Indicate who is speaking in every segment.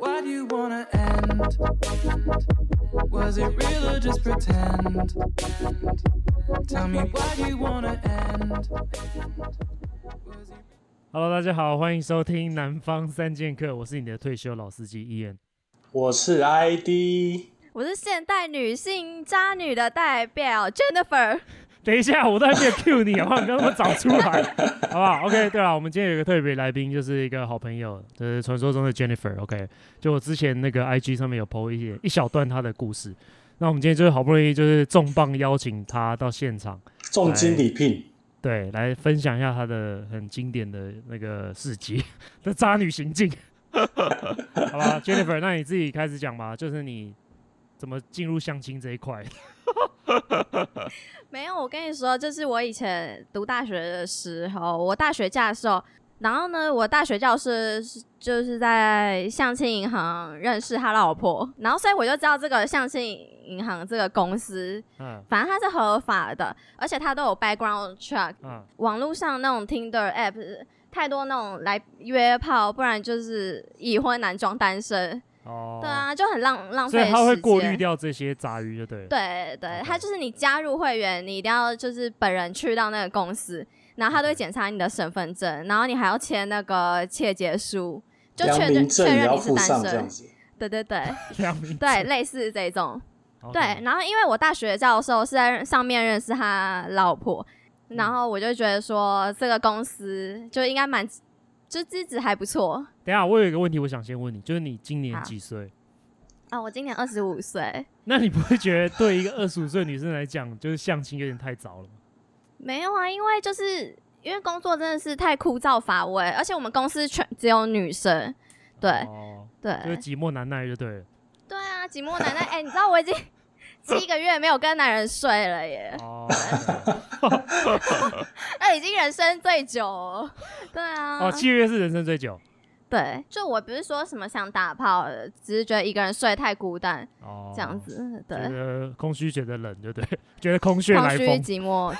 Speaker 1: how'd you wanna end? Was it real or just pretend? Tell me why do you wanna end? Was it
Speaker 2: Hello，大家好，欢迎收听《南方三剑客》，我是你的退休老司机 Ian。
Speaker 3: 我是 ID，
Speaker 4: 我是现代女性渣女的代表 Jennifer。
Speaker 2: 等一下，我都还没有 Q 你，好不好？你不要那么早出来， 好不好？OK，对了，我啊们今天有一个特别来宾，就是一个好朋友，就是传说中的 Jennifer。OK，就我之前那个 IG 上面有 PO 一些一小段她的故事。那我们今天就是好不容易就是重磅邀请她到现场，
Speaker 3: 重金礼聘，
Speaker 2: 对，来分享一下她的很经典的那个事迹的渣女行径。好吧，Jennifer，那你自己开始讲吧，就是你怎么进入相亲这一块。
Speaker 4: 没有，我跟你说，就是我以前读大学的时候，我大学教授，然后呢，我大学教师是就是在相亲银行认识他老婆，然后所以我就知道这个相亲银行这个公司，
Speaker 2: 嗯
Speaker 4: 反正它是合法的，而且它都有 background check，
Speaker 2: 嗯
Speaker 4: 网络上那种 Tinder app 太多那种来约炮，不然就是已婚男装单身，
Speaker 2: 哦，
Speaker 4: 对，啊，就很浪浪
Speaker 2: 所
Speaker 4: 费
Speaker 2: 以
Speaker 4: 时间。
Speaker 2: 他会过滤掉这些杂鱼，就对了。
Speaker 4: 对对，
Speaker 2: OK
Speaker 4: 他就是你加入会员，你一定要就是本人去到那个公司，然后他都会检查你的身份证，然后你还要签那个切结书，就
Speaker 3: 良
Speaker 4: 确
Speaker 3: 民
Speaker 4: 认
Speaker 3: 证
Speaker 4: 确
Speaker 3: 也
Speaker 4: 认
Speaker 3: 要
Speaker 4: 你是
Speaker 3: 附上
Speaker 4: 单
Speaker 3: 这样
Speaker 4: 身。
Speaker 3: 子。
Speaker 4: 对 对对
Speaker 2: 良民
Speaker 4: 对，类似这种。
Speaker 2: OK
Speaker 4: 对，然后因为我大学教授是在上面认识他老婆，然后我就觉得说这个公司就应该蛮，就资质还不错
Speaker 2: 等一下我有一个问题，我想先问你，就是你今年
Speaker 4: 好
Speaker 2: 几岁？
Speaker 4: 啊。我今年二十五岁，
Speaker 2: 那你不会觉得对一个二十五岁女生来讲，就是相亲有点太早了吗？
Speaker 4: 没有啊，因为就是因为工作真的是太枯燥乏味，而且我们公司全只有女生，对
Speaker 2: 哦，就是
Speaker 4: 对
Speaker 2: 寂寞难耐就对了。
Speaker 4: 对啊，寂寞难耐。哎、你知道我 已经七个月没有跟男人睡了耶，
Speaker 2: 哦，
Speaker 4: 那已经人生最久了。对啊，
Speaker 2: 哦，七月是人生最久。
Speaker 4: 对，就我不是说什么想打炮，只是觉得一个人睡太孤单
Speaker 2: 哦，
Speaker 4: 这样，子，
Speaker 2: 觉
Speaker 4: 对，
Speaker 2: 得空虚，觉得冷，就对了， 觉得空穴
Speaker 4: 空
Speaker 2: 来
Speaker 4: 虚
Speaker 2: 风。
Speaker 4: 寂寞，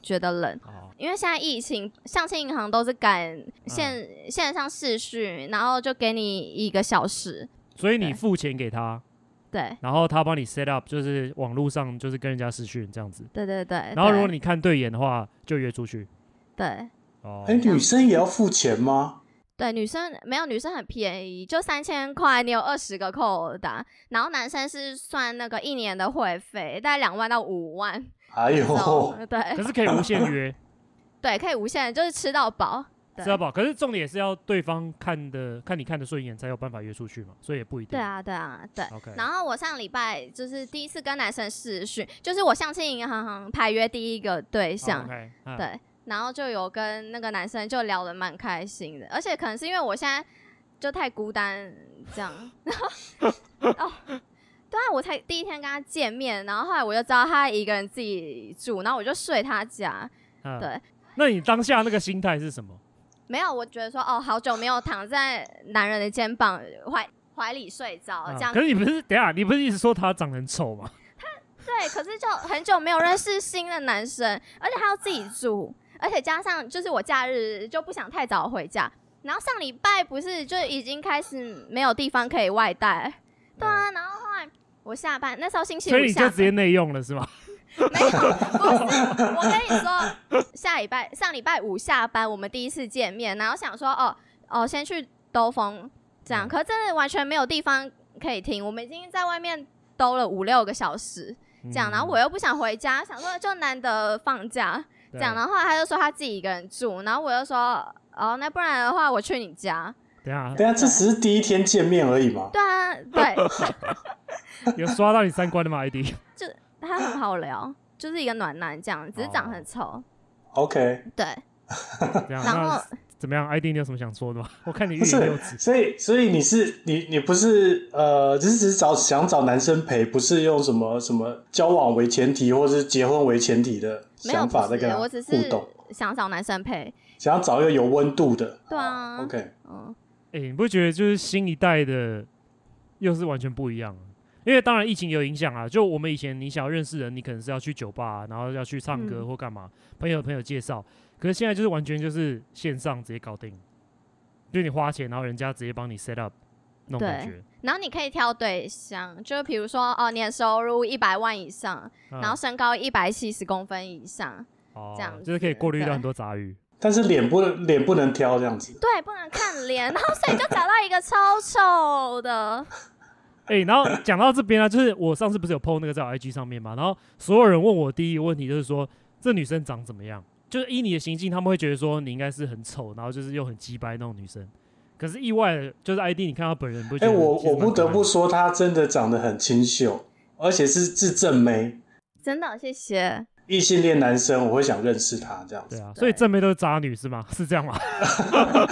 Speaker 4: 觉得冷。
Speaker 2: 哦，
Speaker 4: 因为现在疫情，相亲银行都是赶
Speaker 2: 嗯
Speaker 4: 线、线上视讯，然后就给你一个小时，
Speaker 2: 所以你
Speaker 4: 对
Speaker 2: 付钱给他，
Speaker 4: 对，
Speaker 2: 然后他帮你 set up，就是网络上就是跟人家私讯这样子。
Speaker 4: 对对对。
Speaker 2: 然后如果
Speaker 4: 呃对
Speaker 2: 你看对眼的话，就约出去。
Speaker 4: 对
Speaker 2: 哦，
Speaker 3: 哎，女生也要付钱吗？
Speaker 4: 对女生没有女生很便宜，就三千块，你有二十个扣打。然后男生是算那个一年的会费，大概两万到五万。
Speaker 3: 哎呦，
Speaker 4: 哦，对
Speaker 2: 可是可以无限约，
Speaker 4: 对，可以无限，就是吃到饱。 对
Speaker 2: 知道吧？可是重点是要对方看的看你看的顺眼，才有办法约出去嘛，所以也不一定。
Speaker 4: 对啊，对啊，对。
Speaker 2: OK，
Speaker 4: 然后我上礼拜就是第一次跟男生试训，就是我相亲银行排约第一个对
Speaker 2: 哦
Speaker 4: 象，
Speaker 2: ，OK，嗯
Speaker 4: 对，然后就有跟那个男生就聊得蛮开心的，而且可能是因为我现在就太孤单这样，然后哦，对啊，我才第一天跟他见面，然后后来我就知道他一个人自己住，然后我就睡他家，
Speaker 2: 嗯
Speaker 4: 对。
Speaker 2: 那你当下那个心态是什么？
Speaker 4: 没有，我觉得说哦，好久没有躺在男人的肩膀怀怀里睡着
Speaker 2: 嗯
Speaker 4: 哦这样
Speaker 2: 可，是你不是等一下，你不是一直说他长得很丑吗？
Speaker 4: 对，可是就很久没有认识新的男生，而且他要自己住，而且加上就是我假日就不想太早回家，然后上礼拜不是就已经开始没有地方可以外带，对啊，然后后来我下班那时候星期
Speaker 2: 所以
Speaker 4: 五
Speaker 2: 你
Speaker 4: 下
Speaker 2: 就直接
Speaker 4: 班，
Speaker 2: 内用了是吗？
Speaker 4: 没有，不是， 我跟你说，下礼拜上礼拜五下班我们第一次见面，然后想说哦哦先去兜风这样，
Speaker 2: 嗯
Speaker 4: 可是真的完全没有地方可以停，我们已经在外面兜了五六个小时。这样，然
Speaker 2: 嗯
Speaker 4: 后我又不想回家，想说就难得放假这
Speaker 2: 这
Speaker 4: 样，然后后来他就说他自己一个人住，然后我就说哦，那不然的话我去你家，
Speaker 2: 啊等一下
Speaker 3: 等一下这只是第一天见面而已嘛。
Speaker 4: 对啊， 对，
Speaker 2: 有刷到你三观的吗？ID
Speaker 4: 他很好聊，就是一个暖男这样，只是
Speaker 2: 哦
Speaker 4: 长得很丑，
Speaker 3: OK，
Speaker 4: 对，
Speaker 2: 这样，
Speaker 4: 然后
Speaker 2: 啊那怎么样？ID 你有什么想说 的吗？我看你欲
Speaker 3: 不
Speaker 2: 言又
Speaker 3: 是
Speaker 2: 止，。
Speaker 3: 所以所以你是你你不是呃，只是只是找想找男生陪，不是用什么什么交往为前提，或是结婚为前提的
Speaker 4: 没有
Speaker 3: 想
Speaker 4: 不
Speaker 3: 法在
Speaker 4: 是
Speaker 3: 跟，他
Speaker 4: 我只
Speaker 3: 互
Speaker 4: 是
Speaker 3: 动，
Speaker 4: 想找男生陪，
Speaker 3: 想要找一个有温度的。
Speaker 4: 对啊
Speaker 3: 哦，OK，
Speaker 4: 嗯，
Speaker 2: 哎、你不觉得就是新一代的又是完全不一样了？因为当然疫情有影响啊，就我们以前你想要认识人，你可能是要去酒吧啊、然后要去唱歌
Speaker 4: 嗯
Speaker 2: 或干嘛，朋友朋友介绍。可是现在就是完全就是线上直接搞定，就你花钱，然后人家直接帮你 set up，那种感觉。
Speaker 4: 然后你可以挑对象，就比如说哦，年收入一百万以上，
Speaker 2: 嗯
Speaker 4: 然后身高一百七十公分以上，
Speaker 2: 哦
Speaker 4: 这样
Speaker 2: 就是可以
Speaker 4: 子
Speaker 2: 过滤掉
Speaker 4: 对
Speaker 2: 很多杂鱼。
Speaker 3: 但是脸不能脸不能挑这样子。
Speaker 4: 对，不能看脸，然后所以就找到一个超丑的，
Speaker 2: 哎、然后讲到这边啊，就是我上次不是有 PO 那个在我 IG 上面嘛，然后所有人问我第一个问题就是说，这女生长怎么样？就是依你的行径，他们会觉得说你应该是很丑，然后就是又很鸡掰那种女生。可是意外的，就是 ID 你看到本人，你不会觉
Speaker 3: 哎、
Speaker 2: 得
Speaker 3: 我
Speaker 2: 其实
Speaker 3: 我
Speaker 2: 蛮
Speaker 3: 不得
Speaker 2: 可爱
Speaker 3: 不
Speaker 2: 的
Speaker 3: 说，她真的长得很清秀，而且是是正妹。
Speaker 4: 真的谢谢。
Speaker 3: 异性恋男生我会想认识她这样
Speaker 2: 对
Speaker 3: 子。
Speaker 2: 啊，所以正妹都是渣女是吗？ 是这样吗？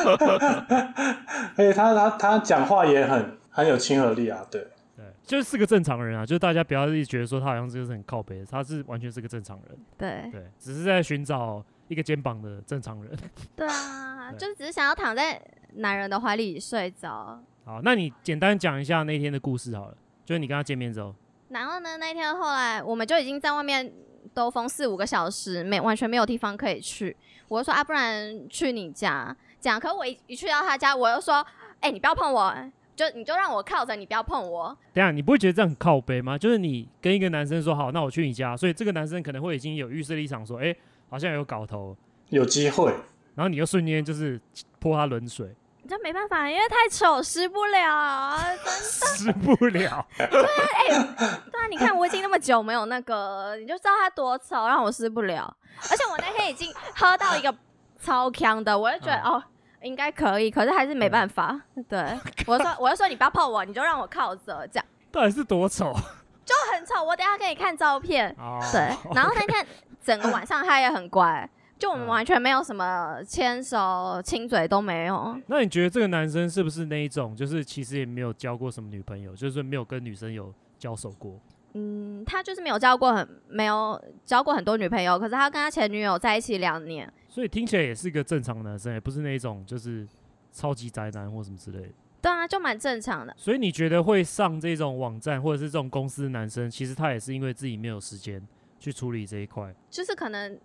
Speaker 3: 而且她她她讲话也很很有亲和力啊，对。
Speaker 2: 对，就是是个正常人啊，就是大家不要一直觉得说他好像就是很靠北，他是完全是个正常人，
Speaker 4: 对
Speaker 2: 对，只是在寻找一个肩膀的正常人。
Speaker 4: 对啊，
Speaker 2: 对
Speaker 4: 就只是想要躺在男人的怀里睡着。
Speaker 2: 好，那你简单讲一下那天的故事好了，就是你跟他见面之后，
Speaker 4: 然后呢，那天后来我们就已经在外面兜风四五个小时，没完全没有地方可以去。我就说啊，不然去你家这样。可我一一去到他家，我又说，哎、你不要碰我，就你就让我靠着，你不要碰我。
Speaker 2: 等一下你不会觉得这样很靠北吗？就是你跟一个男生说好，那我去你家，所以这个男生可能会已经有预设立场说，哎、好像有搞头，
Speaker 3: 有机会，
Speaker 2: 然后你又瞬间就是泼他冷 水，
Speaker 4: 这没办法，因为太丑，湿不了啊。
Speaker 2: 死不了。
Speaker 4: 对啊，你看我已经那么久没有那个，你就知道他多丑，让我湿不了。而且我那天已经喝到一个超强的，我就觉得、哦，应该可以，可是还是没办法。对，我就说，我就说你不要碰我，你就让我靠着，这样
Speaker 2: 到底是多丑
Speaker 4: 就很丑。我等一下给你看照片。
Speaker 2: 啊？
Speaker 4: 对，然后那天整个晚上他也很乖，就我
Speaker 2: 嗯
Speaker 4: 们完全没有什么牵手、亲嘴都没有。
Speaker 2: 那你觉得这个男生是不是那一种，就是其实也没有交过什么女朋友，就是没有跟女生有交手过？
Speaker 4: 嗯，他就是没有交过很没有交过很多女朋友，可是他跟他前女友在一起两年。
Speaker 2: 所以听起来也是一个正常的男生，也不是那一种就是超级宅男或什么之类的。
Speaker 4: 对啊，就蛮正常的。
Speaker 2: 所以你觉得会上这种网站或者是这种公司的男生，其实他也是因为自己没有时间去处理这一块。
Speaker 4: 就是可能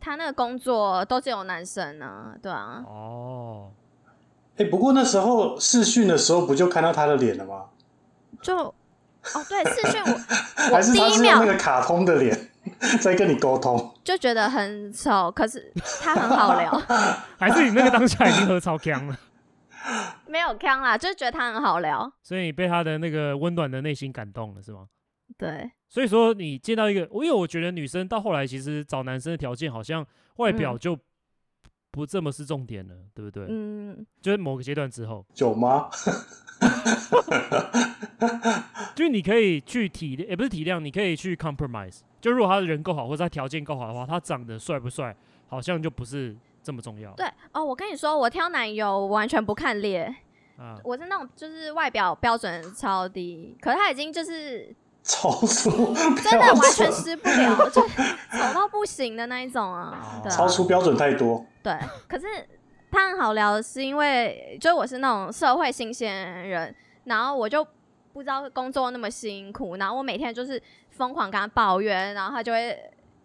Speaker 4: 他那个工作都只有男生呢、对啊，
Speaker 2: 哦，
Speaker 3: 哎、不过那时候试训的时候不就看到她的脸了吗？
Speaker 4: 就哦对，视讯我 我
Speaker 3: 还是
Speaker 4: 第
Speaker 3: 她
Speaker 4: 一
Speaker 3: 是用那
Speaker 4: 秒
Speaker 3: 个卡通的脸在跟你沟通？
Speaker 4: 就觉得很丑，可是他很好聊，
Speaker 2: 还是你那个当下已经喝超强了，
Speaker 4: 没有康啦，就是觉得他很好聊，
Speaker 2: 所以你被他的那个温暖的内心感动了，是吗？
Speaker 4: 对
Speaker 2: 所以说，你见到一个，因为我觉得女生到后来其实找男生的条件好像外表
Speaker 4: 嗯
Speaker 2: 就不这么是重点了，对不对？
Speaker 4: 嗯，
Speaker 2: 就是某个阶段之后，
Speaker 3: 有吗？
Speaker 2: 就是你可以去体谅，也不是体谅，你可以去 compromise。就如果他的人够好，或者他条件够好的话，他长得帅不帅，好像就不是这么重要。
Speaker 4: 对哦，我跟你说，我挑男友我完全不看脸，
Speaker 2: 啊，
Speaker 4: 我是那种就是外表标准超低，可是他已经就是
Speaker 3: 超速
Speaker 4: 真 的完全失不了，就丑到不行的那一种啊，对啊
Speaker 3: 哦超出标准太多。
Speaker 4: 对，可是他很好聊，的是因为就我是那种社会新鲜人，然后我就不知道工作那么辛苦，然后我每天就是疯狂跟他抱怨，然后他就会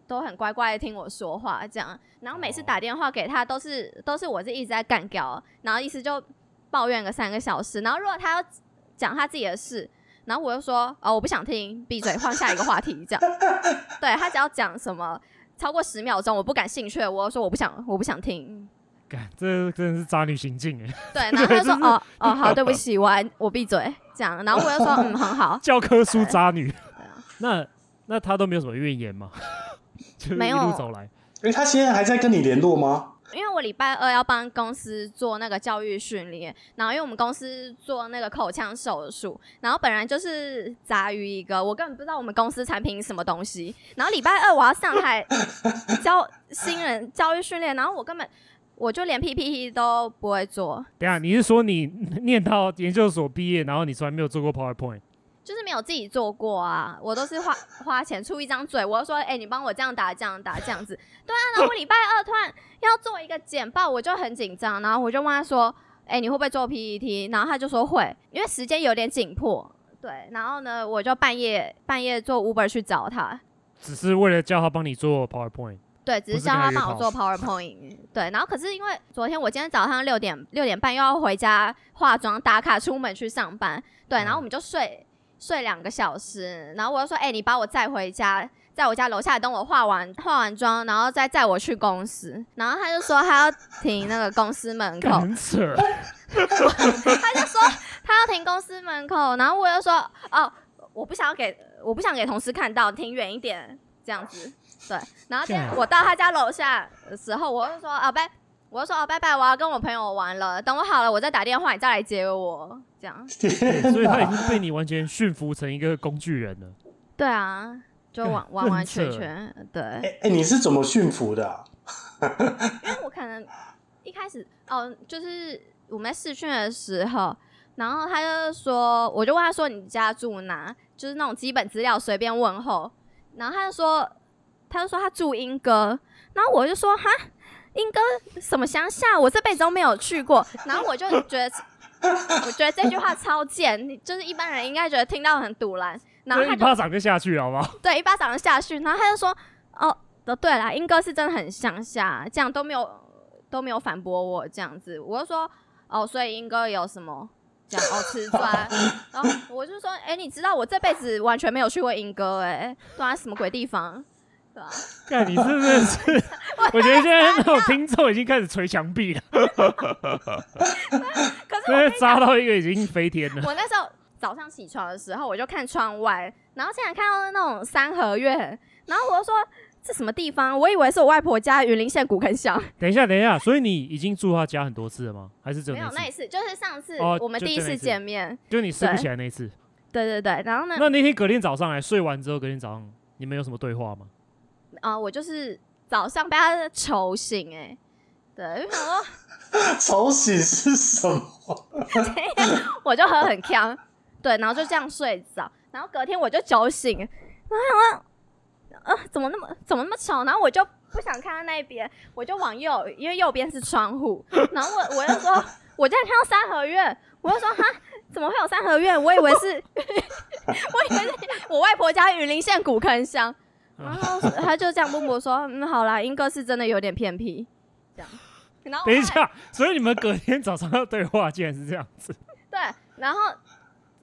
Speaker 4: 都很乖乖的听我说话这样，然后每次
Speaker 2: 哦
Speaker 4: 打电话给他都是都是我是一直在干掉，然后意思就抱怨个三个小时，然后如果他要讲他自己的事。然后我就说，哦，我不想听，闭嘴，换下一个话题，这样。 对他只要讲什么超过十秒钟，我不感兴趣了，我就说我不想，我不想听。
Speaker 2: 干，这真的是渣女行径哎，
Speaker 4: 对，然后他就说
Speaker 2: 对就是
Speaker 4: 哦哦好，对不起，我按我闭嘴这样，然后我就说嗯很好，
Speaker 2: 教科书渣女
Speaker 4: 啊。
Speaker 2: 那那他都没有什么怨言吗？ 就是一
Speaker 4: 没有
Speaker 2: 路走来，
Speaker 3: 哎、他现在还在跟你联络吗？
Speaker 4: 因为我礼拜二要帮公司做那个教育训练，然后因为我们公司做那个口腔手术，然后本来就是杂鱼一个，我根本不知道我们公司产品是什么东西，然后礼拜二我要上台教新人教育训练，然后我根本我就连 PPT 都不会做，
Speaker 2: 等一下你是说你念到研究所毕业，然后你从来没有做过 PowerPoint？
Speaker 4: 就是没有自己做过啊，我都是花 花钱出一张嘴，我就说，哎、你帮我这样打，这样打，这样子。对啊，然后我礼拜二突然要做一个简报，我就很紧张，然后我就问他说，哎、你会不会做 PPT？然后他就说会，因为时间有点紧迫。对，然后呢，我就半夜半夜坐 Uber 去找他。
Speaker 2: 只是为了叫他帮你做 PowerPoint？
Speaker 4: 对，
Speaker 2: 不
Speaker 4: 只是
Speaker 2: 是
Speaker 4: 叫
Speaker 2: 跟
Speaker 4: 他
Speaker 2: 他约
Speaker 4: 帮我
Speaker 2: 炮
Speaker 4: 做 PowerPoint。对， 然后可是因为昨天我今天早上六点六点半又要回家化妆打卡出门去上班，对，
Speaker 2: 嗯
Speaker 4: 然后我们就睡睡两个小时，然后我就说，哎、你把我载回家，在我家楼下等我化完化完妆，然后再载我去公司。然后他就说他要停那个公司门口
Speaker 2: 干，很扯，
Speaker 4: 他就说他要停公司门口，然后我又说哦，我不想要给我不想给同事看到，停远一点这样子。对，然后今天
Speaker 2: 干
Speaker 4: 我到他家楼下的时候，我就说啊拜，我就说哦拜拜，我要跟我朋友玩了，等我好了我再打电话，你再来接我。这样，
Speaker 2: 对所以他已经被你完全驯服成一个工具人了。
Speaker 4: 对啊，就
Speaker 2: 干
Speaker 4: 完完完
Speaker 2: 认识
Speaker 4: 全
Speaker 2: 了
Speaker 4: 全对。
Speaker 3: 哎、哎，你是怎么驯服的、啊？
Speaker 4: 因为我可能一开始哦，就是我们在试训的时候，然后他就说，我就问他说你家住哪，就是那种基本资料随便问候，然后他就说，他就说他住莺歌，然后我就说哈，莺歌什么乡下，我这辈子都没有去过，然后我就觉得。 我觉得这句话超贱，你就是一般人应该觉得听到很堵然， 然后
Speaker 2: 这
Speaker 4: 他
Speaker 2: 一
Speaker 4: 就
Speaker 2: 巴掌就下去了，好不好？
Speaker 4: 对，一巴掌下去，然后他就说：“哦，哦，对啦，英哥是真的很乡下，这样都没有都没有反驳我这样子。”我就说：“哦，所以英哥有什么？”这样哦，瓷砖，然后我就说，哎、你知道我这辈子完全没有去过英哥、哎，对啊，什么鬼地方，对啊，
Speaker 2: 看你是不 是？我觉得现在那种听众已经开始捶墙壁了，
Speaker 4: 可是
Speaker 2: 真的扎到一个已经飞天了。
Speaker 4: 我那时候早上起床的时候，我就看窗外，然后竟然看到那种三合院，然后我就说这什么地方？我以为是我外婆家云林县古坑乡，
Speaker 2: 等一下，等一下，所以你已经住他家很多次了吗？还是只有
Speaker 4: 没有
Speaker 2: 那
Speaker 4: 那一
Speaker 2: 次？
Speaker 4: 次，就是上次
Speaker 2: 哦
Speaker 4: 我们
Speaker 2: 就
Speaker 4: 第一
Speaker 2: 就那
Speaker 4: 次
Speaker 2: 一次
Speaker 4: 见面，
Speaker 2: 就你睡不
Speaker 4: 对
Speaker 2: 起来那一次。
Speaker 4: 对对对，然后呢，
Speaker 2: 那那天隔天早上来睡完之后，隔天早上你们有什么对话吗？
Speaker 4: 啊、我就是早上被他吵醒、欸，对，就想说
Speaker 3: 丑醒是什么？
Speaker 4: 我就喝很呛，对，然后就这样睡着，然后隔天我就酒醒，然后想说，啊，怎么那么怎么那么吵？然后我就不想看到那边，我就往右，因为右边是窗户，然后我我就说，我竟然看到三合院，我就说哈。怎么会有三合院？我以为是， 我以为是我外婆家云林县古坑乡，然后他就这样默默说：“嗯，好啦，英哥是真的有点偏僻。”这样，然后我
Speaker 2: 等一
Speaker 4: 后来
Speaker 2: 下，所以你们隔天早上要对话，竟然是这样子。
Speaker 4: 对，然后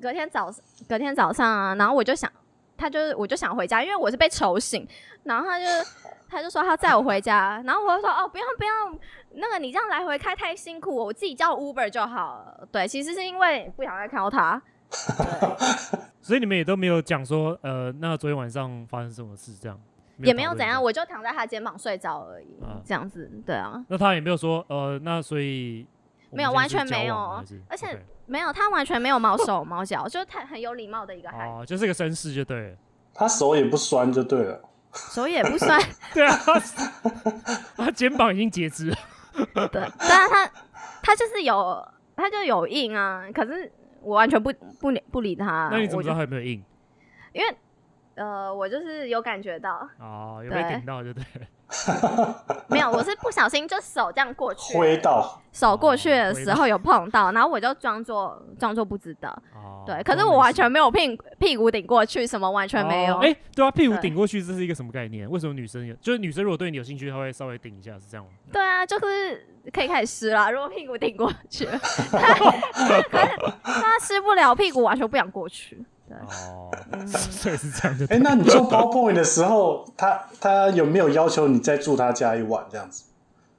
Speaker 4: 隔天早隔天早上啊，然后我就想，他就是我就想回家，因为我是被吵醒，然后他就他就说他载我回家，然后我就说哦不用不用，那个你这样来回开太辛苦，我自己叫 Uber 就好了。对，其实是因为不想再看到他，
Speaker 2: 所以你们也都没有讲说，呃，那昨天晚上发生什么事这样，
Speaker 4: 也没有
Speaker 2: 讨论
Speaker 4: 怎
Speaker 2: 这
Speaker 4: 样，。我就躺在他肩膀睡着而已，
Speaker 2: 啊
Speaker 4: 这样子，对啊，
Speaker 2: 那他也没有说，呃，那所以我们
Speaker 4: 没有
Speaker 2: 现在
Speaker 4: 完
Speaker 2: 是
Speaker 4: 全没
Speaker 2: 交往吗
Speaker 4: 有哦
Speaker 2: 还是
Speaker 4: 而且
Speaker 2: OK
Speaker 4: 没有，他完全没有毛手毛脚，就是他很有礼貌的一个孩子，
Speaker 2: 哦，就是个绅士就对了。
Speaker 3: 他手也不酸就对了。
Speaker 4: 手也不酸，
Speaker 2: 对啊， 他他肩膀已经截肢了。
Speaker 4: 对，但是他他就是有他就有硬啊，可是我完全不不理不理他。
Speaker 2: 那你怎么
Speaker 4: 我
Speaker 2: 知
Speaker 4: 就
Speaker 2: 道他有没有硬？
Speaker 4: 因为呃，我就是有感觉到，
Speaker 2: 哦，有被
Speaker 4: 对
Speaker 2: 顶到就对了。
Speaker 4: 没有，我是不小心就手这样过去，
Speaker 3: 挥到，
Speaker 4: 手过去的
Speaker 2: 哦
Speaker 4: 时候有碰到，然后我就装作装作不知道。
Speaker 2: 哦，
Speaker 4: 对，可是我完全没有屁股屁股顶过去，什么完全没有。
Speaker 2: 哎、对啊，屁股
Speaker 4: 对
Speaker 2: 顶过去，这是一个什么概念？为什么女生有？就是女生如果对你有兴趣，她会稍微顶一下，是这样吗？
Speaker 4: 对啊，就是可以开始湿啦。如果屁股顶过 去， 但 但他湿不了，屁股完全不想 过去。
Speaker 2: 哦，
Speaker 4: 嗯
Speaker 2: 所以是这样就
Speaker 3: 哎、
Speaker 2: 对。
Speaker 3: 那你做 PowerPoint 的时候，他他有没有要求你再住他家一晚这样子？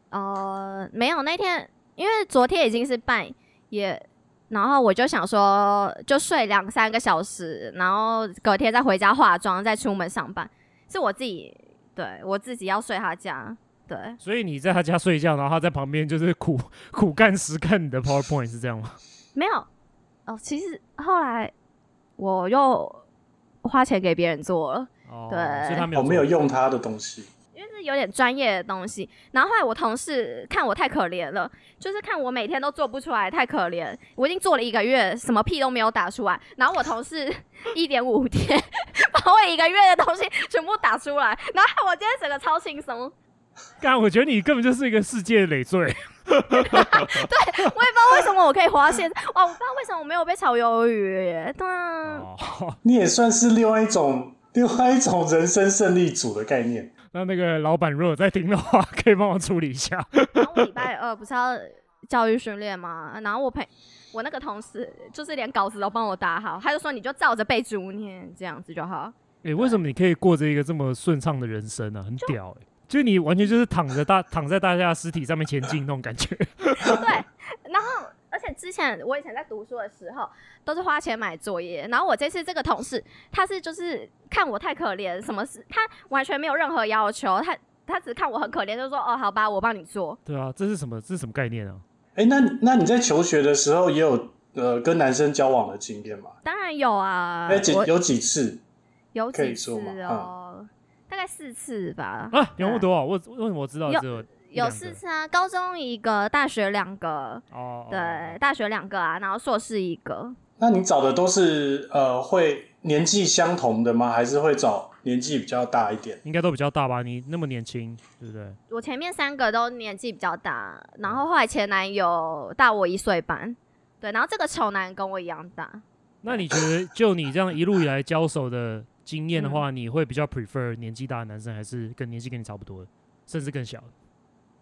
Speaker 4: 呃，没有那天，因为昨天已经是半夜，然后我就想说，就睡两三个小时，然后隔天再回家化妆，再出门上班，是我自己对我自己要睡他家，对，
Speaker 2: 所以你在她家睡觉，然后她在旁边就是苦苦干实干你的 PowerPoint 是这样吗？
Speaker 4: 没有哦。其实后来我又花钱给别人做了，
Speaker 2: 哦，
Speaker 4: 对
Speaker 2: 所以她没
Speaker 3: 我
Speaker 2: 有
Speaker 3: 没有
Speaker 2: 做
Speaker 3: 用他的东西，
Speaker 4: 因为是有点专业的东西。然后后来我同事看我太可怜了，就是看我每天都做不出来，太可怜。我已经做了一个月，什么屁都没有打出来。然后我同事 一点五天 把我一个月的东西全部打出来，然后我今天整个超轻松。
Speaker 2: 干，我觉得你根本就是一个世界的累赘。
Speaker 4: 我也不知道为什么我可以活到现在，哦哇！我不知道为什么我没有被炒鱿鱼耶。对啊，
Speaker 2: 哦，
Speaker 3: 你也算是另外一种另外一种人生胜利组的概念。
Speaker 2: 那那个老板如果在听的话，可以帮我处理一下。
Speaker 4: 然后我礼拜二不是要教育训练吗？然后我陪我那个同事，就是连稿子都帮我打好，他就说你就照着备注念这样子就好。
Speaker 2: 诶、欸为什么你可以过着一个这么顺畅的人生呢、啊？很屌诶、就你完全就是躺着大躺在大家的尸体上面前进那种感觉。
Speaker 4: 对，然后而且之前我以前在读书的时候都是花钱买作业，然后我这次这个同事他是就是看我太可怜，什么事他完全没有任何要求，他他只看我很可怜就说哦好吧，我帮你做。
Speaker 2: 对啊，这是什么？这是什么概念啊？
Speaker 3: 哎，那那你在求学的时候也有呃跟男生交往的经验吗？
Speaker 4: 当然有啊，
Speaker 3: 哎，几
Speaker 4: 我
Speaker 3: 有几次？
Speaker 4: 有
Speaker 3: 可以
Speaker 4: 几次
Speaker 3: 说吗嗯
Speaker 4: 哦，大概四次吧。
Speaker 2: 啊，有那么多啊？我为什么我知道只有一两
Speaker 4: 有
Speaker 2: 个
Speaker 4: 四次啊，高中一个，大学两个，
Speaker 2: 哦，哦
Speaker 4: 对，，大学两个啊，然后硕士一个。
Speaker 3: 那你找的都是呃会年纪相同的吗？还是会找年纪比较大一点？
Speaker 2: 应该都比较大吧？你那么年轻，对不对？
Speaker 4: 我前面三个都年纪比较大，
Speaker 2: 嗯
Speaker 4: 然后后来前男友大我一岁半，对，然后这个丑男跟我一样大，
Speaker 2: 那你觉得，就你这样一路以来交手的经验的话，
Speaker 4: 嗯
Speaker 2: 你会比较 prefer 年纪大的男生，还是跟年纪跟你差不多的，甚至更小的？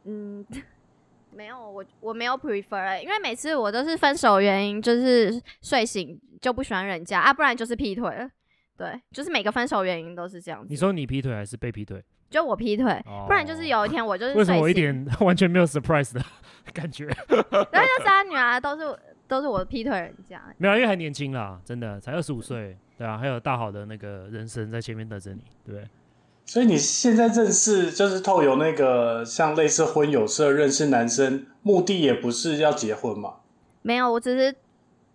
Speaker 4: 嗯， 没有我我没有 prefer，、欸、因为每次我都是分手原因就是睡醒就不喜欢人家啊，不然就是劈腿了，对，就是每个分手原因都是这样
Speaker 2: 你
Speaker 4: 子，
Speaker 2: 说你劈腿还是被劈腿？
Speaker 4: 就我劈腿，
Speaker 2: 哦
Speaker 4: 不然就是有一天我就是
Speaker 2: 为什么我一
Speaker 4: 睡醒
Speaker 2: 点 完全没有 surprise 的感觉？
Speaker 4: 然后就渣女啊，都是都是我劈腿人家，
Speaker 2: 没有啊，因为还年轻啦，真的才二十五岁，对啊，还有大好的那个人生在前面等着你，对不对？
Speaker 3: 所以你现在认识就是透有那个像类似婚友社认识男生，目的也不是要结婚嘛？
Speaker 4: 没有，我只是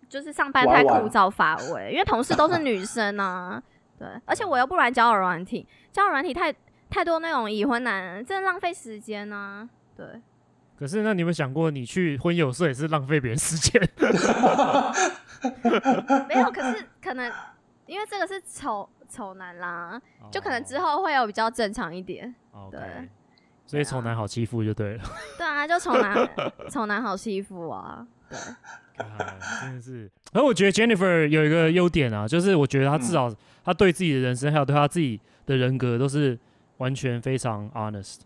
Speaker 4: 就是上班
Speaker 3: 玩
Speaker 4: 太
Speaker 3: 玩
Speaker 4: 枯燥乏味，因为同事都是女生啊，对，而且我又不玩交友软体，交友软体太太多那种已婚男人，真的浪费时间呢、对，
Speaker 2: 可是，那你有没有想过，你去婚友社也是浪费别人时间？
Speaker 4: 没有，可是可能因为这个是丑丑男啦， 就可能之后会有比较正常一点。
Speaker 2: 哦
Speaker 4: 对
Speaker 2: OK，所以丑男好欺负就对了。
Speaker 4: 对啊，就丑 男丑男好欺负啊，对，
Speaker 2: 哎真的是。而我觉得 Jennifer 有一个优点啊，就是我觉得她至少她对自己的人生还有对她自己的人格都是完全非常 honest。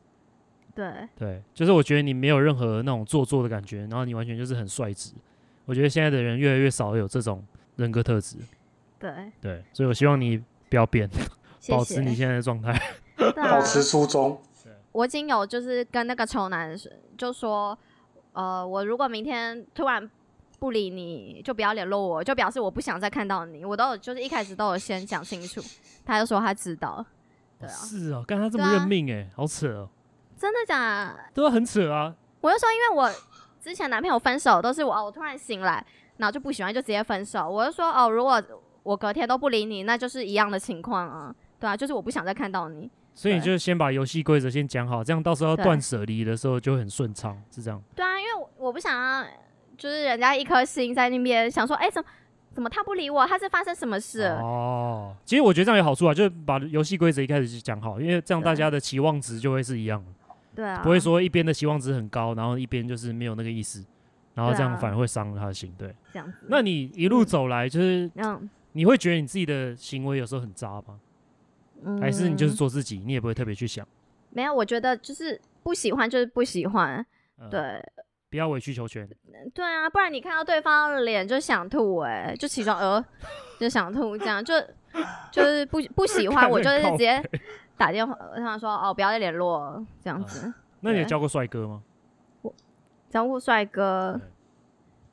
Speaker 4: 对，
Speaker 2: 对，就是我觉得你没有任何那种做作的感觉，然后你完全就是很率直。我觉得现在的人越来越少有这种人格特质。
Speaker 4: 对，
Speaker 2: 对，所以我希望你不要变，
Speaker 4: 谢
Speaker 2: 保持你
Speaker 4: 谢。
Speaker 2: 现在的状态。
Speaker 4: 对啊
Speaker 3: 保持初衷。
Speaker 4: 我已经有就是跟那个丑男是就说，呃，我如果明天突然不理你，就不要联络我，就表示我不想再看到你。我都有就是一开始都有先讲清楚，他就说他知道， 对啊
Speaker 2: 是哦，刚他这
Speaker 4: 对
Speaker 2: 么
Speaker 4: 啊
Speaker 2: 认命哎、好扯哦，
Speaker 4: 真的假的？
Speaker 2: 对啊，很扯啊。
Speaker 4: 我就说，因为我之前男朋友分手都是我哦，我突然醒来，然后就不喜欢就直接分手。我就说哦，如果我隔天都不理你，那就是一样的情况啊，对啊，就是我不想再看到你。
Speaker 2: 所以你
Speaker 4: 对
Speaker 2: 就先把游戏规则先讲好，这样到时候要
Speaker 4: 对
Speaker 2: 断舍离的时候就很顺畅，是这样。
Speaker 4: 对啊，因为我我不想要，就是人家一颗心在那边想说，哎、怎么怎么他不理我？他是发生什么事了？
Speaker 2: 哦，其实我觉得这样有好处啊，就是把游戏规则一开始就讲好，因为这样
Speaker 4: 对
Speaker 2: 大家的期望值就会是一样的，
Speaker 4: 对啊，
Speaker 2: 不会说一边的期望值很高，然后一边就是没有那个意思，然后
Speaker 4: 对
Speaker 2: 这样
Speaker 4: 啊
Speaker 2: 反而会伤了他的心。对，
Speaker 4: 这样子。
Speaker 2: 那你一路走来，就是
Speaker 4: 嗯，
Speaker 2: 你会觉得你自己的行为有时候很渣吗？
Speaker 4: 嗯
Speaker 2: 还是你就是做自己，你也不会特别去想？
Speaker 4: 没有？我觉得就是不喜欢就是不喜欢，
Speaker 2: 呃，
Speaker 4: 对
Speaker 2: 不要委曲求全。
Speaker 4: 对啊，不然你看到对方的脸就想吐、哎，就其中呃就想吐，这样就就是不不喜欢，
Speaker 2: 看
Speaker 4: 我
Speaker 2: 得
Speaker 4: 就是
Speaker 2: 很
Speaker 4: 直接打电话跟他说哦，不要再联络了这样子。
Speaker 2: 那你有
Speaker 4: 对
Speaker 2: 教过帅哥吗？
Speaker 4: 江户帅哥
Speaker 2: 对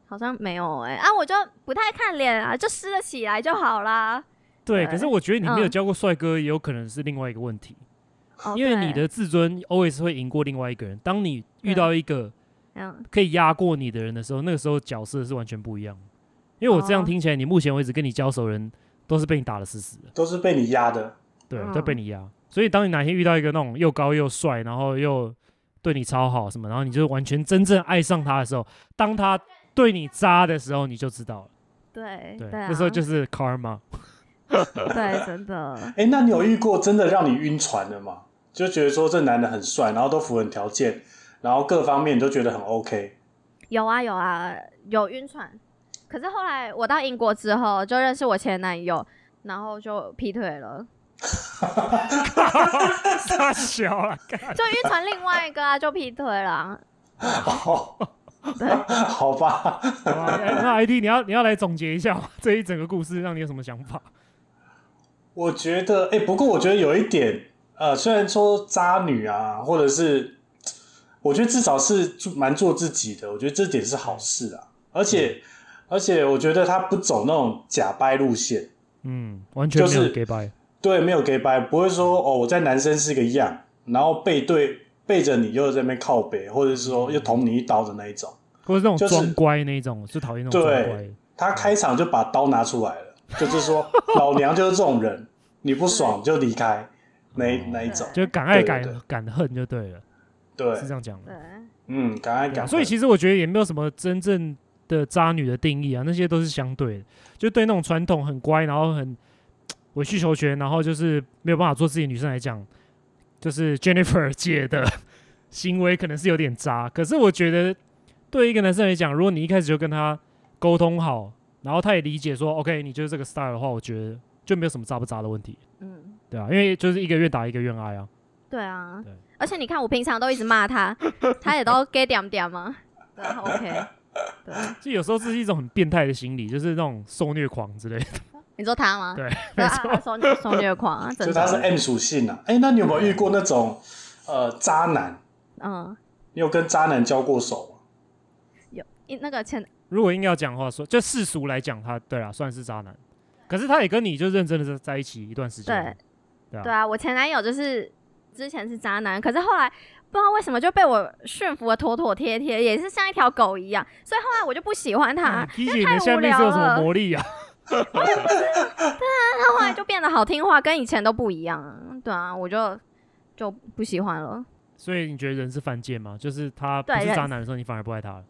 Speaker 4: 好像没有哎、啊，我就不太看脸啊，就湿了起来就好啦。
Speaker 2: 对，
Speaker 4: 对
Speaker 2: 可是我觉得你没有
Speaker 4: 嗯
Speaker 2: 教过帅哥，也有可能是另外一个问题，
Speaker 4: 哦、
Speaker 2: 因为
Speaker 4: 对
Speaker 2: 你的自尊 always 会赢过另外一个人。当你遇
Speaker 4: 对
Speaker 2: 到一个
Speaker 4: 嗯
Speaker 2: 可以压过你的人的时候，那个时候角色是完全不一样的。因为我这样
Speaker 4: 哦
Speaker 2: 听起来，你目前为止跟你交手的人都是被你打的死死的，
Speaker 3: 都是被你压的，
Speaker 2: 对，
Speaker 4: 嗯
Speaker 2: 都被你压。所以当你哪天遇到一个那种又高又帅，然后又对你超好什么，然后你就完全真正爱上他的时候，当他对你渣的时候，你就知道了。
Speaker 4: 对
Speaker 2: 对，
Speaker 4: 啊，
Speaker 2: 那时候就是 karma。
Speaker 4: 对真的
Speaker 3: 哎、那你有遇过真的让你晕船的吗？就觉得说这男的很帅，然后都符合你条件，然后各方面你都觉得很 OK，
Speaker 4: 有啊有啊有晕船， 可是后来我到英国之后就认识我前男友，然后就劈腿了。
Speaker 2: 傻小啊，干
Speaker 4: 就晕船另外一个啊，就劈腿了啊。
Speaker 3: 好， 好
Speaker 2: 好吧
Speaker 3: 吧，
Speaker 2: 哎那 ID 你要你要来总结一下吗 这一整个故事，让你有什么想法？
Speaker 3: 我觉得，哎、不过我觉得有一点，呃，虽然说渣女啊，或者是，我觉得至少是做蛮做自己的，我觉得这点是好事啊。而且，而且我觉得他不走那种假掰路线，
Speaker 2: 嗯，完全没有
Speaker 3: 就是
Speaker 2: gay bye，
Speaker 3: 对，没有 gay 掰，不会说哦，我在男生是个样，然后背对背着你又在那边靠背，或者是说又捅你一刀的那一种。
Speaker 2: 或者是那种
Speaker 3: 就是
Speaker 2: 装乖那一种，我最讨厌那种装乖
Speaker 3: 对。他开场就把刀拿出来了，就是说老娘就是这种人，你不爽就离开，那那一种。
Speaker 2: 就是敢爱
Speaker 3: 对
Speaker 2: 敢
Speaker 3: 对对
Speaker 2: 敢恨就对了，
Speaker 3: 对
Speaker 2: 是，这样讲
Speaker 4: 对
Speaker 2: 的。，
Speaker 3: 嗯，敢爱
Speaker 2: 对啊
Speaker 3: 敢恨。
Speaker 2: 所以其实我觉得也没有什么真正的渣女的定义啊，那些都是相对的。就对那种传统很乖，然后很委曲求全，然后就是没有办法做自己的女生来讲，就是 Jennifer 姐的行为可能是有点渣。可是我觉得对一个男生来讲，如果你一开始就跟他沟通好，然后他也理解说 OK 你就是这个 style 的话，我觉得就没有什么渣不渣的问题，
Speaker 4: 嗯，
Speaker 2: 对啊，因为就是一个愿打一个愿挨啊。
Speaker 4: 对啊
Speaker 2: 对。
Speaker 4: 而且你看，我平常都一直骂他，他也都 gay 点点嘛。对啊，OK。对，
Speaker 2: 就有时候这是一种很变态的心理，就是那种受虐狂之类的。
Speaker 4: 你说他吗？
Speaker 2: 对，
Speaker 4: 对啊，他受虐受虐 狂啊，
Speaker 3: 就
Speaker 4: 真
Speaker 3: 是他是
Speaker 4: 的。
Speaker 3: M 属性啊。哎、那你有没有遇过那种呃渣男？
Speaker 4: 嗯，
Speaker 3: 你有跟渣男交过手吗？
Speaker 4: 一那个前
Speaker 2: 如果硬要讲的话说，就世俗来讲，他对啦，算是渣男。可是他也跟你就认真的在在一起一段时间，
Speaker 4: 对啊，我前男友就是之前是渣男，可是后来不知道为什么就被我驯服的妥妥帖帖，也是像一条狗一样，所以后来我就不喜欢他，
Speaker 2: T
Speaker 4: 因
Speaker 2: 姐，
Speaker 4: 为
Speaker 2: 你
Speaker 4: 太
Speaker 2: 的下
Speaker 4: 无
Speaker 2: 面是
Speaker 4: 聊
Speaker 2: 有什么
Speaker 4: 了。
Speaker 2: 魔力啊？
Speaker 4: 他后来就变得好听话，跟以前都不一样啊。对啊，我就就不喜欢了。
Speaker 2: 所以你觉得人是犯贱吗？就是他不
Speaker 4: 对
Speaker 2: 是
Speaker 4: 人
Speaker 2: 渣男的时候，你反而不爱他了。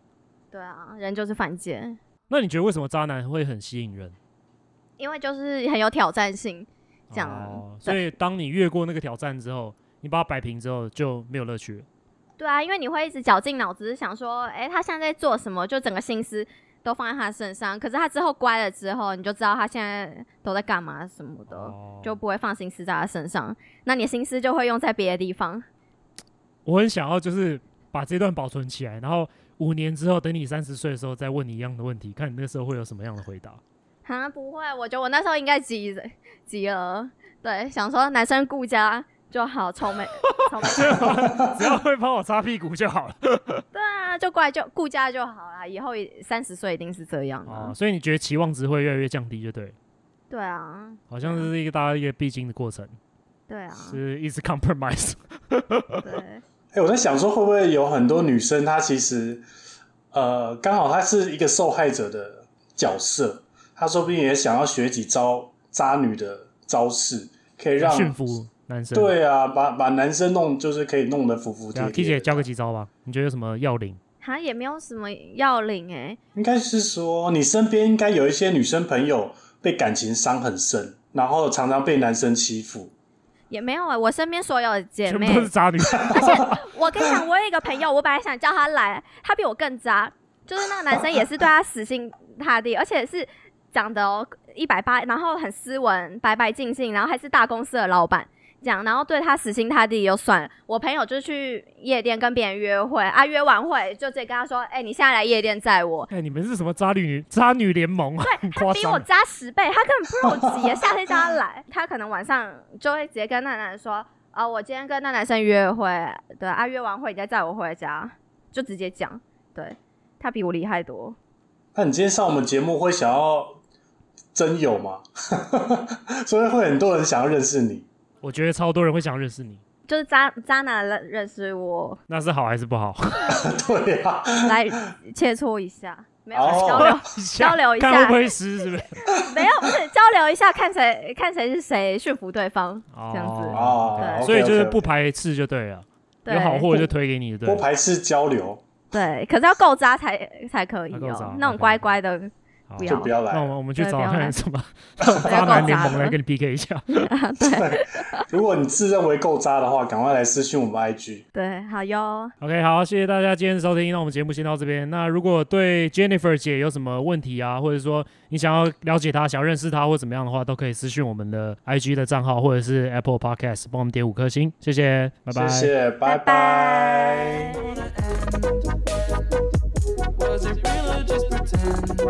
Speaker 4: 对啊，人就是犯贱，
Speaker 2: 那你觉得为什么渣男会很吸引人？这
Speaker 4: 因为就是很有挑战性。这样
Speaker 2: 哦，
Speaker 4: 对
Speaker 2: 所以当你越过那个挑战之后，你把它摆平之后就没有乐趣了。
Speaker 4: 对啊，因为你会一直绞尽脑汁想说，哎、他现在在做什么，就整个心思都放在他身上。可是他之后乖了之后，你就知道他现在都在干嘛什么的。
Speaker 2: 哦
Speaker 4: 就不会放心思在他身上，那你的心思就会用在别的地方。
Speaker 2: 我很想要就是把这段保存起来，然后五年之后等你三十岁的时候再问你一样的问题，看你那时候会有什么样的回答。
Speaker 4: 啊，不会，我觉得我那时候应该急急了，对，想说男生顾家就好，臭美 臭美，
Speaker 2: 只要会帮我擦屁股就好了。
Speaker 4: 对啊，就过来就顾家就好啦。以后三十岁一定是这样的、
Speaker 2: 哦，所以你觉得期望值会越来越降低，就对了，
Speaker 4: 对啊，
Speaker 2: 好像是一个大家一个必经的过程，
Speaker 3: 嗯
Speaker 4: 对啊，
Speaker 2: 是一直 compromise。
Speaker 4: 对，
Speaker 3: 哎、我在想说，会不会有很多女生她其实呃刚好她是一个受害者的角色，她说不定也想要学几招渣女的招式，可以 让
Speaker 2: 驯服男生。
Speaker 3: 对啊，把把男生弄就是可以弄得服服帖
Speaker 2: 对啊，T
Speaker 3: 帖
Speaker 2: 姐
Speaker 3: 的。
Speaker 2: 教个几招吧，你觉得有什么要领？
Speaker 4: 好像也没有什么要领哎、
Speaker 3: 应该是说，你身边应该有一些女生朋友被感情伤很深，然后常常被男生欺负。
Speaker 4: 也没有哎、我身边所有的姐
Speaker 2: 全部
Speaker 4: 妹
Speaker 2: 都是渣女。
Speaker 4: 我跟你讲，我有一个朋友，我本来想叫他来，他比我更渣，就是那个男生也是对他死心塌地，而且是长得哦一百八，然后很斯文，白白净净，然后还是大公司的老板。这样，然后对他死心塌地也就算了。我朋友就去夜店跟别人约会啊，约完会就直接跟他说：“哎、你现在来夜店载我。
Speaker 2: 哎，你们是什么渣女渣女联盟啊？很”
Speaker 4: 他
Speaker 2: 夸
Speaker 4: 比我
Speaker 2: 张。
Speaker 4: 渣十倍，他根本不让我急。夏天叫他来，他可能晚上就会直接跟那男的说：“啊，我今天跟那男生约会，对啊，约完会你再载我回家，就直接讲。对他比我厉害多，
Speaker 3: 那你今天上我们节目会想要真有吗？ 所以会很多人想要认识你。
Speaker 2: 我觉得超多人会想认识你，
Speaker 4: 就是渣渣男认认识 我，
Speaker 2: 那是好还是不好？
Speaker 3: 对啊，
Speaker 4: 来切磋一下，没有
Speaker 3: 哦
Speaker 4: 交流，
Speaker 2: 交
Speaker 4: 流一下
Speaker 2: 看会不会湿，是不是？
Speaker 4: 没有不是交流一下，看谁看谁是谁驯服对方， 这样子
Speaker 3: 哦
Speaker 4: 对
Speaker 3: OK，OK，OK，
Speaker 2: 所以就是不排斥就对了，
Speaker 4: 对
Speaker 2: 有好货就推给你，对
Speaker 3: 不
Speaker 2: 了。
Speaker 3: 排斥交流。
Speaker 4: 对，可是要够渣才才可以
Speaker 2: 要够
Speaker 4: 哦
Speaker 2: 渣，
Speaker 4: 那种
Speaker 2: OK
Speaker 4: 乖乖的
Speaker 2: 好
Speaker 4: 不
Speaker 3: 就
Speaker 4: 要
Speaker 3: 不要来
Speaker 2: 那我
Speaker 3: 了。
Speaker 2: 们我们去
Speaker 4: 对
Speaker 2: 找
Speaker 4: 不要
Speaker 2: 看
Speaker 4: 来
Speaker 2: 什么
Speaker 4: 不
Speaker 2: 渣
Speaker 4: 要
Speaker 2: 男
Speaker 4: 搞
Speaker 2: 联
Speaker 4: 砸
Speaker 2: 盟来
Speaker 4: 了
Speaker 2: 跟你 PK 一下。
Speaker 3: 如果你自认为够渣的话，赶快来私信我们 IG。
Speaker 4: 对，好哟，
Speaker 2: OK，好，谢谢大家今天的收听，那我们节目先到这边。那如果对 Jennifer 姐有什么问题啊，或者说你想要了解她、想要认识她或怎么样的话，都可以私讯我们的 IG 的账号或者是 Apple Podcast，帮我们点五颗星，谢谢，拜拜。
Speaker 3: 谢谢，拜
Speaker 4: 拜。
Speaker 1: wanna end? Was it real or just pretend?